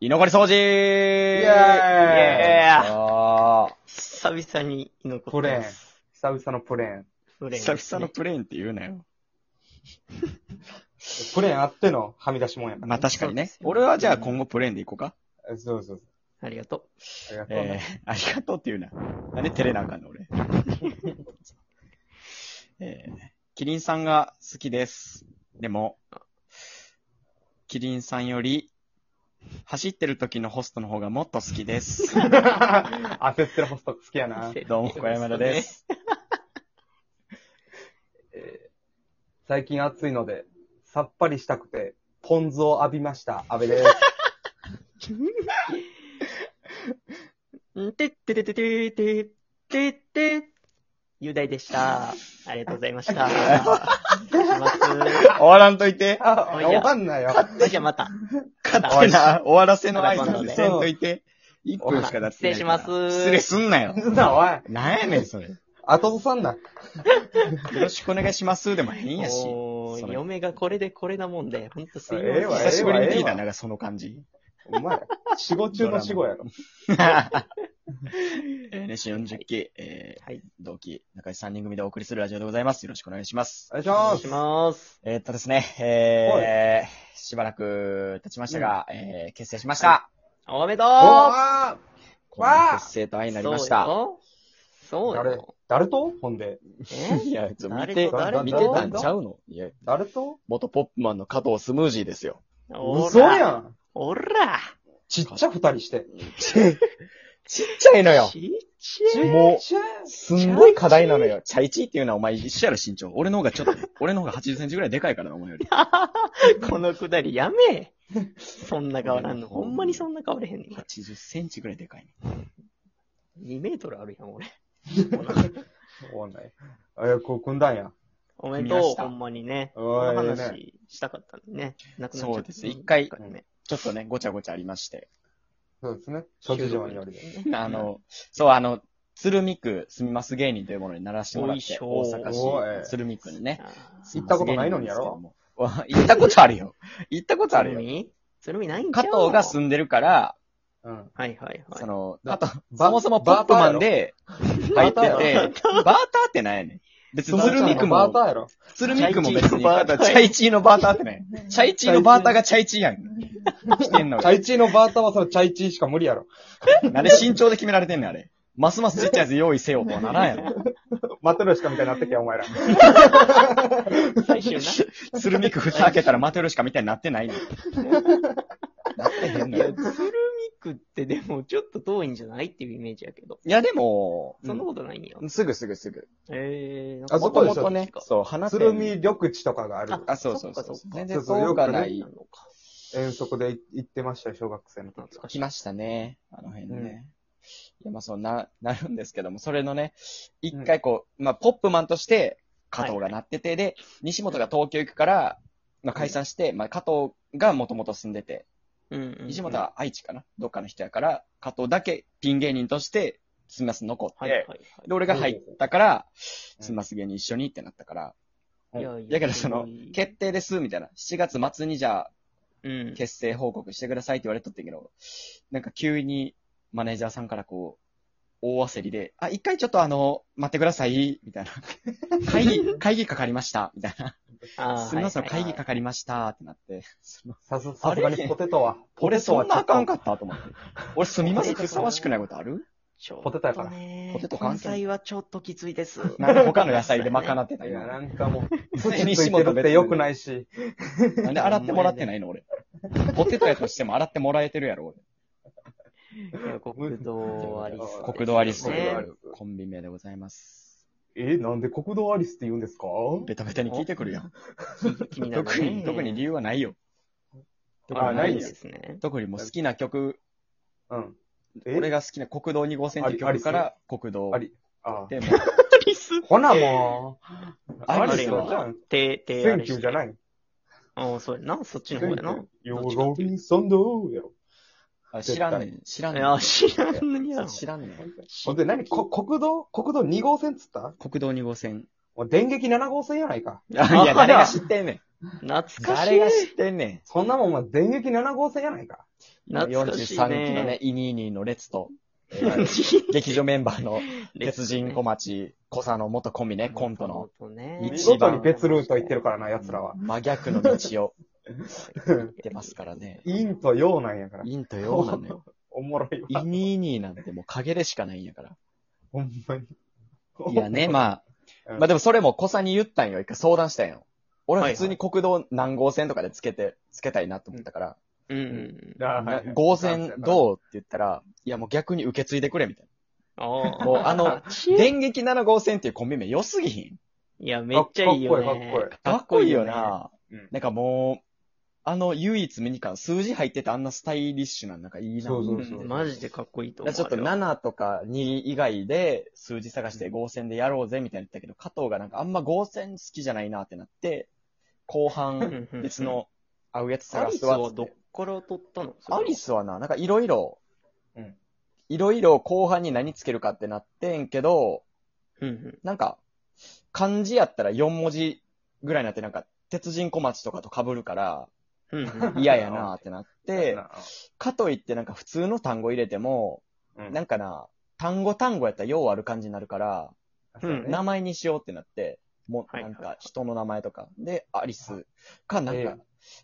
居残り掃除イイエーーイイあー久々に居残プってレーンます。。久々のプレーン。プレーンです久々のねプレーンって言うなよ。プレーンあってのはみ出しもんやから。まあ確かにねそうです。よ俺はじゃあ今後プレーンでいこうか。そうそうそありがとう。ありがとうえね。ー、あ りがとうって言うな。なんで照れなあかんの俺。 えー、キリンさんが好きです。でも、キリンさんより、走ってる時のホストの方がもっと好きです。 焦ってるホスト好きやう。な。どうも、小山田で。す。最近暑いので、さっぱりしたくて、ポン酢を浴びました。安 部です。んてってててててててて。雄大でした。ありがとうございました。失礼します。 終わらんといて。あ、いやわかん ないよ。じゃあまた。勝手な終わらせの挨まだまだ拶ねせんといて。1分しか経ってないから。失礼します失礼すんなよ。すんな、おい。なんやねん、それ。よ後ずさんな。ろしくお願いしますでも変やし。も、そうれ嫁がこれでこれなもんで、ほんとすいまええわせ久ん。しぶりにええわ聞いたな、なんかその感じ。お前、死後中の死後やろ。 NC40 期、えーはい。同期、仲良し3人組でお送りするラジオでございます。よろしくお願いしますお。願いしお願まいしす。ます。えーっとですね、えー、しばらく経ちましたが、えー、結成しました。おめでとうおわこの結成と愛になりました。そうよ。そうよ。誰とほんで。えいや、ちょ見誰てと、誰と見てたんちゃうのいや、誰と元ポップマンの加藤スムージーですよ。おら嘘やん。おらちっちゃ二人して。ちっちゃいのよ。ちっちゃいも、ちっちゃいうすんごい課題なのよ。チャイチーっていうのはお前一緒やろ、身長。俺の方がちょっと、 俺の方が80センチぐらいでかいからな、お前より。このくだりやめそんな変わらんの。ほんまにそんな変われへんねん。 80センチぐらいでかいね。 2メートルあるやん、俺。わかんない。え、こう組んだんや。おめで見まとしう、たほんまにね。こおいのえ話したかったのにね。なくなっちゃった。そうですね一回一回目。ちょっとね、ごちゃごちゃありまして。そうですね。諸事情によりで。あの、そう、あの、鶴見区住みます芸人というものにならしてもらっおいてし、ょ大阪おい市鶴見区にね。行ったことないのにや住みます芸人ですけどろもわ行ったことあるよ。行ったことあ鶴るよ。見鶴見ないんちゃ加う藤が住んでるから、うん。はいはいはい。その、の、だあと、バそもそもポップマンで入っバーてターやろて、バーターってなんやねん。別に鶴見区バータも、ーやろ。鶴見区も別に、チャイチーのバータチャイチーのバーターーってね。チャイチーのバーターがチャイチーやん。来てんのチャよ。イチーのバーターはそのチャイチーしか無理やろ。なんで身長で決められてんねん、あれ。ますますちっちゃいやつ用意せよとはならんやろ。待てるしかみたいになってきや、お前ら。 最終な。鶴見区蓋開けたら待てるしかみたいになってないの。なってへんのいや、よ。鶴見区ってでもちょっと遠いんじゃない っていうイメージやけど。いや、でも、そんなことないんや。すぐすぐすぐ。えー、なんあかそもことでもしょとね、そう、話せ鶴見緑地とかがある。ああ、そうそうそそうっかそっ。か全然そうがなないいの。か。遠足で行ってましたよ、小学生の時。懐かし来い。ましたね。あの辺ね。いや、まあそうな、 なるんですけども、それのね、一回こう、まあ、ポップマンとして、加藤がなってて、で、西本が東京行くから、まあ、解散して、まあ、加藤がもともと住んでて、うんうんうん西本は愛知かな、どっかの人やから、加藤だけピン芸人として、すみません、残って、はいはいはい。で、俺が入ったから、すみます芸人一緒にってなったから、俺いやいやだけどそのすごい決定です、みたいな。7月末にじゃあ、うん。結成報告してくださいって言われとってんけど、なんか急にマネージャーさんからこう、大焦りで、あ、一回ちょっとあの、待ってください、みたいな。 会議、会議かかりました、みたいな。あーすみません、はいは会いは議いかかりました、ってなって。そのさすさすがにポテトは。ポ俺テトそはんちょなあっとかんかったと思って。 俺すみません、ふさわしくないことあるちょっとねポテトやからポテト関係根菜はちょっときついです。 なんか他の野菜で賄 なってた いや、なよ。んかもう、土ついてるって良くないし。なんで洗ってもらってないの俺。ポテトやとしても洗ってもらえてるやろ、 俺。国道アリス。国道アリスと国い道アリねスうコンビ名でございます。え、なんで国道アリスって言うんですかベタベタに聞いてくるやん。気になるね。特に、特に理由はないよ。特にあないんでやすね。特にもう好きな曲、うん。え俺が好きな国道2号線っていう曲から国道ありあでも、アリスほなもう、アアリリススじゃん。て、て、センキューじゃないああ、そうやな。そっちの方やな。ヨーロリンソンドーやろ。あ知らんねん。知らんいねや、ん。知らんのにやろ。知らんねん。ほんで何こ国道国道2号線っつった国道2号線。もう電撃7号線やないか。いや、誰が知ってんねん。懐かし誰いが。知ってんねそんなもん、ま、電撃7号線やないか。懐かしいね43期のね、イニーニーの列と、えーう劇場メンバーのん。鉄人小町、小佐の元コンビね、コントの。元々ね。見一事番に別ルート行ってるからな、奴らは。。真逆の道を行出ますからね陰と陽なんやから。陰と陽なのよ。おもろいイわ。ニーニーなんてもう影でしかないんやから。ほんまに。いやね、まあ、 うんまあでもそれも小佐に言ったんよ。一回相談したんよ。俺は普通に国道何号線とかでつけて、つけたいなと思ったから、うんうん。あ。はいな号線どうって言ったら、いやもう逆に受け継いでくれみたいあもうあの、ちな。電撃7号線っていうコンビ名良すぎひん いや、めっちゃいいよね。かっこいいかっこいいかっこいいよね。な。うんなんかもう、あの唯一無二感、数字入っててあんなスタイリッシュな、なんかいいな。そうそううそんう。マジでかっこいいと思う。ちょっとあれは7とか2以外で数字探してうん合戦でやろうぜみたいに言ったけど、加藤がなんかあんま合戦好きじゃないなってなって、後半うん別の合うやつア探リすスわはっつっ。どってから取ったのアリススはな、なんかいろいろうん、いろいろ後半に何つけるかってなってんけど、うんうん。なんか、漢字やったら4文字ぐらいになってなんか、鉄人小町とかと被る から、うん うん。嫌やなってな って、なかといってなんか普通の単語入れても、うんなんかな、単語単語やったらようある感じになるから、うん名前にしようってなって、もうはいなはいんはかい人の名前とか。で、アリスか、なんえか、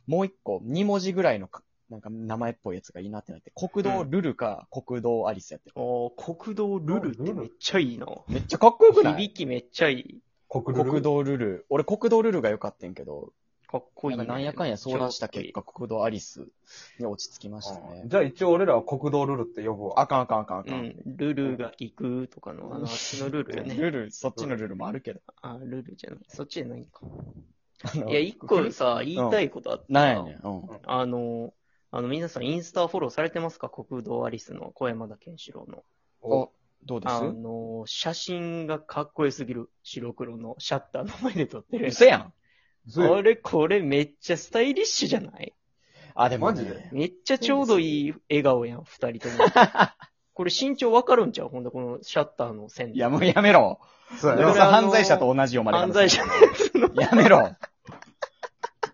もう一個、二文字ぐらいのか、なんか名前っぽいやつがいいなってなって、国道ルルか国道アリスやってる。お国道ルルってめっちゃいいな。めっちゃかっこよくない響きめっちゃいい。国道。国道ルル。俺国道ルルが良かったんけど、かっこい、ないんね。かなんやかんや相談したか結っこ果、国道アリスに落ち着きましたね。じゃあ一応俺らは国道ルールって呼ぶわ。あかんあかんあかんあいかい。ん。うん。ルルが聞くとかの、あの、あっちのルルよ ね。ルル、そっちのルルもあるけど。あ、ルルじゃない。そっちじゃないんか。あのいや、一個さ、言いたいことあってさなんやねん。うん。あの、あの、皆さんインスタフォローされてますか国道アリスの小山田健志郎の。お、どうであすの、写真がかっこよすぎる。白黒のシャッターの前で撮ってるやつ。 嘘やん。ずいあれ、これめっちゃスタイリッシュじゃないあ、でも、マジでめっちゃちょうどいい笑顔やん、二人とも。これ身長わかるんちゃうほんで、このシャッターの線 いや、もうやめろ。そう俺やだはかなら犯罪者と同じ読まれ方犯罪者のやつの。やめろ。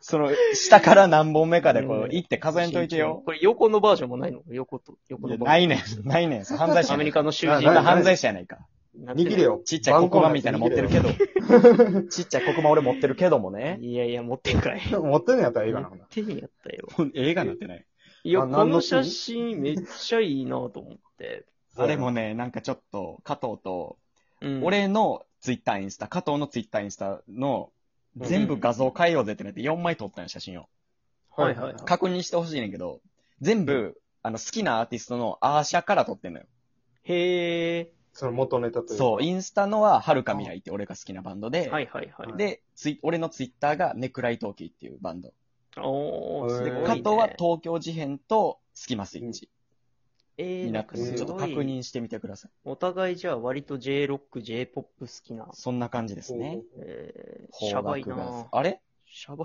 その、下から何本目かでこうう、ん行って数えんといてよ。これ横のバージョンもないの横と、横いのやバージョン。ないねん。ないねん。そう犯罪者アやメねん。リカの囚人そんなな犯罪者やないか。なってない握れ。 よ。ちっちゃい黒板みたいなの持ってるけど。 ちっちゃい黒板俺持ってるけどもね。いやいや、持ってん かい。ど。持ってんのやったらいい持かな。ほんなってんやったよ。映画なってない。いや、あこ何のの写 真めっちゃいいなと思って。あれもね、なんかちょっと、加藤と、うん、俺のツイッターインスタ、加藤のツイッターインスタの、全部画像変えようぜってなって4枚撮ったんよ、写真を。はいはいはい確認してほしいねんけど、全部、あの、好きなアーティストのアーシャから撮ってんのよ。へえ。その元ネタというかそう、インスタのは、はるか未来って俺が好きなバンドで、はいはいはい。で、ツイ俺のツイッターがネクライトーキーっていうバンド。おー、すごい、でね。加藤は東京事変とスキマスイッチえー、にななっんてる、かすちょっとご確い。認してみてください。お互いじゃあ割と J ロック、J ポップ好きな。そんな感じですね。。えー、邦シャバい楽ながぁ。あれシャバ。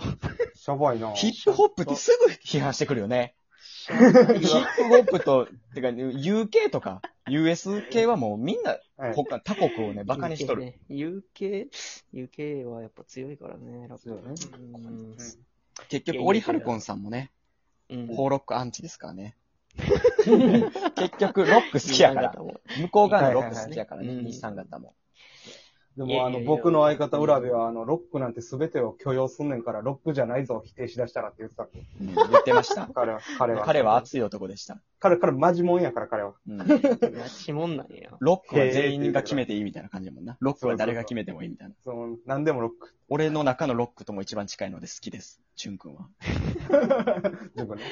しゃばいな。ヒップホップってすぐ批判してくるよ ね。シャバヒい わップホップと、てか UK とか US 系はもうみんなはい他他国をね、バカにしとる。。 UK、UK はやっぱ強いからね、ラップ。そうねうん結局、オリハルコンさんもね、うんフォーロックアンチですからね。結局、ロック好きやから。。 向こう側のロック好きやからはいね、はいはい日産型も。でいやいやも、あいやの、僕の相方、浦部は、あの、ロックなんて全てを許容すんねんから、ロックじゃないぞ、否定しだしたらって言ってたんでうん言ってました。 彼は、彼は。彼は熱い男でした。彼、彼、マジもんやから、彼は。うんガチもんなんや。ロックは全員が決めていいみたいな感じだもんな。ロックは誰が決めてもいいみたいな。その、何でもロック。 俺の中のロックとも一番近いので好きです。チュン君は。自分ね。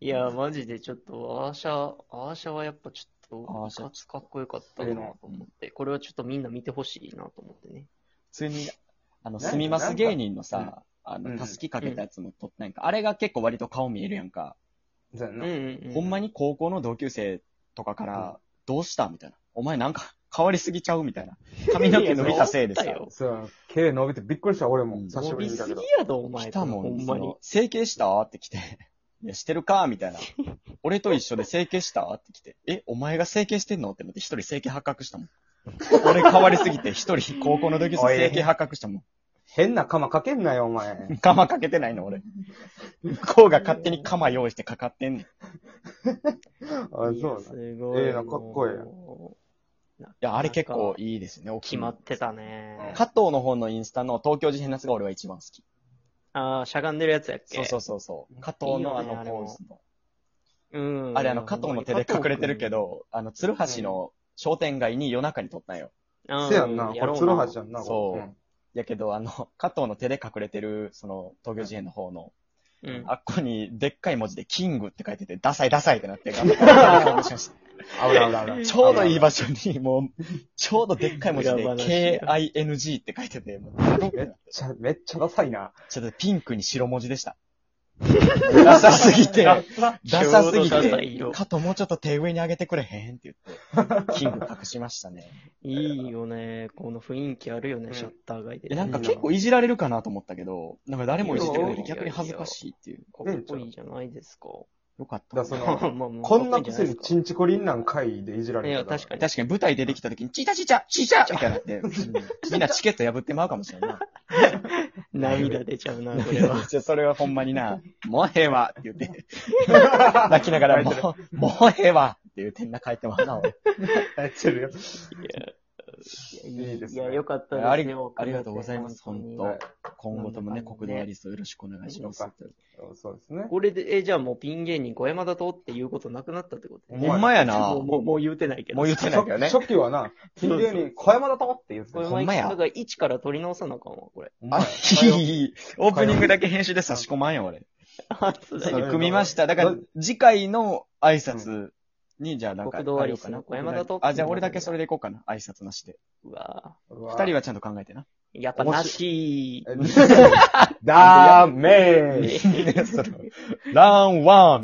いや、マジでちょっと、アーシャ、アーシャはやっぱちょっアーと、シャかつかっこよかったなと思って、これはちょっとみんな見てほしいなと思ってね。普通に、あの、なんかすみます芸人のさ、あうの、んたすきかけたやつも撮ったんやんか。あれが結構割と顔見えるやんか。そうやうなんうんうん。ほんまに高校の同級生とかから、どうしたみたいな。お前なんか変わりすぎちゃうみたいな。髪の毛伸びたせいでさい。やそうだよそうやな。毛伸びてびっくりした、俺もうん。久しぶりに見たけ伸どび。すぎやぞ、お前。来たもほん、んそまにの。、整形したって来て、 いや、してるかみたい な。俺と一緒で整形したって来て、え、お前が整形してんのってなって、 一人整形発覚したもん。俺変わりすぎて、一人高校の時おい整形発覚したもん。変な鎌かけんなよ、お前。鎌かけてないの、俺。向こうが勝手に鎌用意してかかってんねん。いあ、いそやうすごい。ええなかっこええやんもうや、あれ結構いいですね、決まってたね。加藤の方のインスタの東京事変夏が俺は一番好き。ああ、しゃがんでるやつやっけそうそうそうそう。加藤のあいいよねのあれポもーズの。う。うん。あれあの、加藤の手で隠れてるけど、あの、鶴橋の商店街に夜中に撮ったんよ。うん、な。せやんな、これろう鶴橋やんな、そうこやけど、あの、加藤の手で隠れてる、その、東京事変の方の、うん。あっこに、でっかい文字で、キングって書いてて、ダサいダサいってな って、画面かられ。あぶらあぶらあぶら。ちょうどいい場所に、もう、ちょうどでっかい文字で裏話、 KING って書いてて、もうめっちゃ、めっちゃダサいな。ちょっとピンクに白文字でした。ダサすぎて、ダサすぎちょうどダサいてよ、加藤もうちょっと手上に上げてくれへんって言って、キング隠しましたね。いいよね。この雰囲気あるよね、うんシャッター街で。え、なんか結構いじられるかなと思ったけど、なんか誰もいじってくれて逆に恥ずかしいっていう。かっこいいじゃないですか。よかっだた。そ確の、まあまあこんなくせにチいンチコリンなんかいでいじられや、てた確かに。かに舞台出てきた時に、チータチーチャチーチャみたいになって、みんなチケット破ってまうかもしれんない。涙出ちゃうな、これは。じゃあそれはほんまにな、もうええわって言って、 泣きながら、もう、もうええわっていう点が書いてますな、俺。やってるよ。 いいですねいや、よかったですね。あり大久保 ありがとうございます、本当本に当今後ともね、なんだかんだね国道アリストよろしくお願いしますよ。そうですね。これで、え、じゃあもうピン芸人小山田とっていうことなくなったってことほんまやなもう、もう、もう言うてないけど。もう言うてないけどね。初期 はな、ピン芸人小山田とって言うんですこよ。れほんまやだから、一から取り直さなあかんわ、こ れ。ほんまあ、やいいいい、オープニングだけ編集で差し込まんよ、俺。あ、そうだそうね。組みました。だから、次回の挨拶に、じゃあなんか、国道アリス変えよのうかな小山田とあ、じゃあ俺だけそれでいこうかな。挨拶なしで。うわうわ二 人はちゃんと考えてな。やっぱなし。 えダメーランワン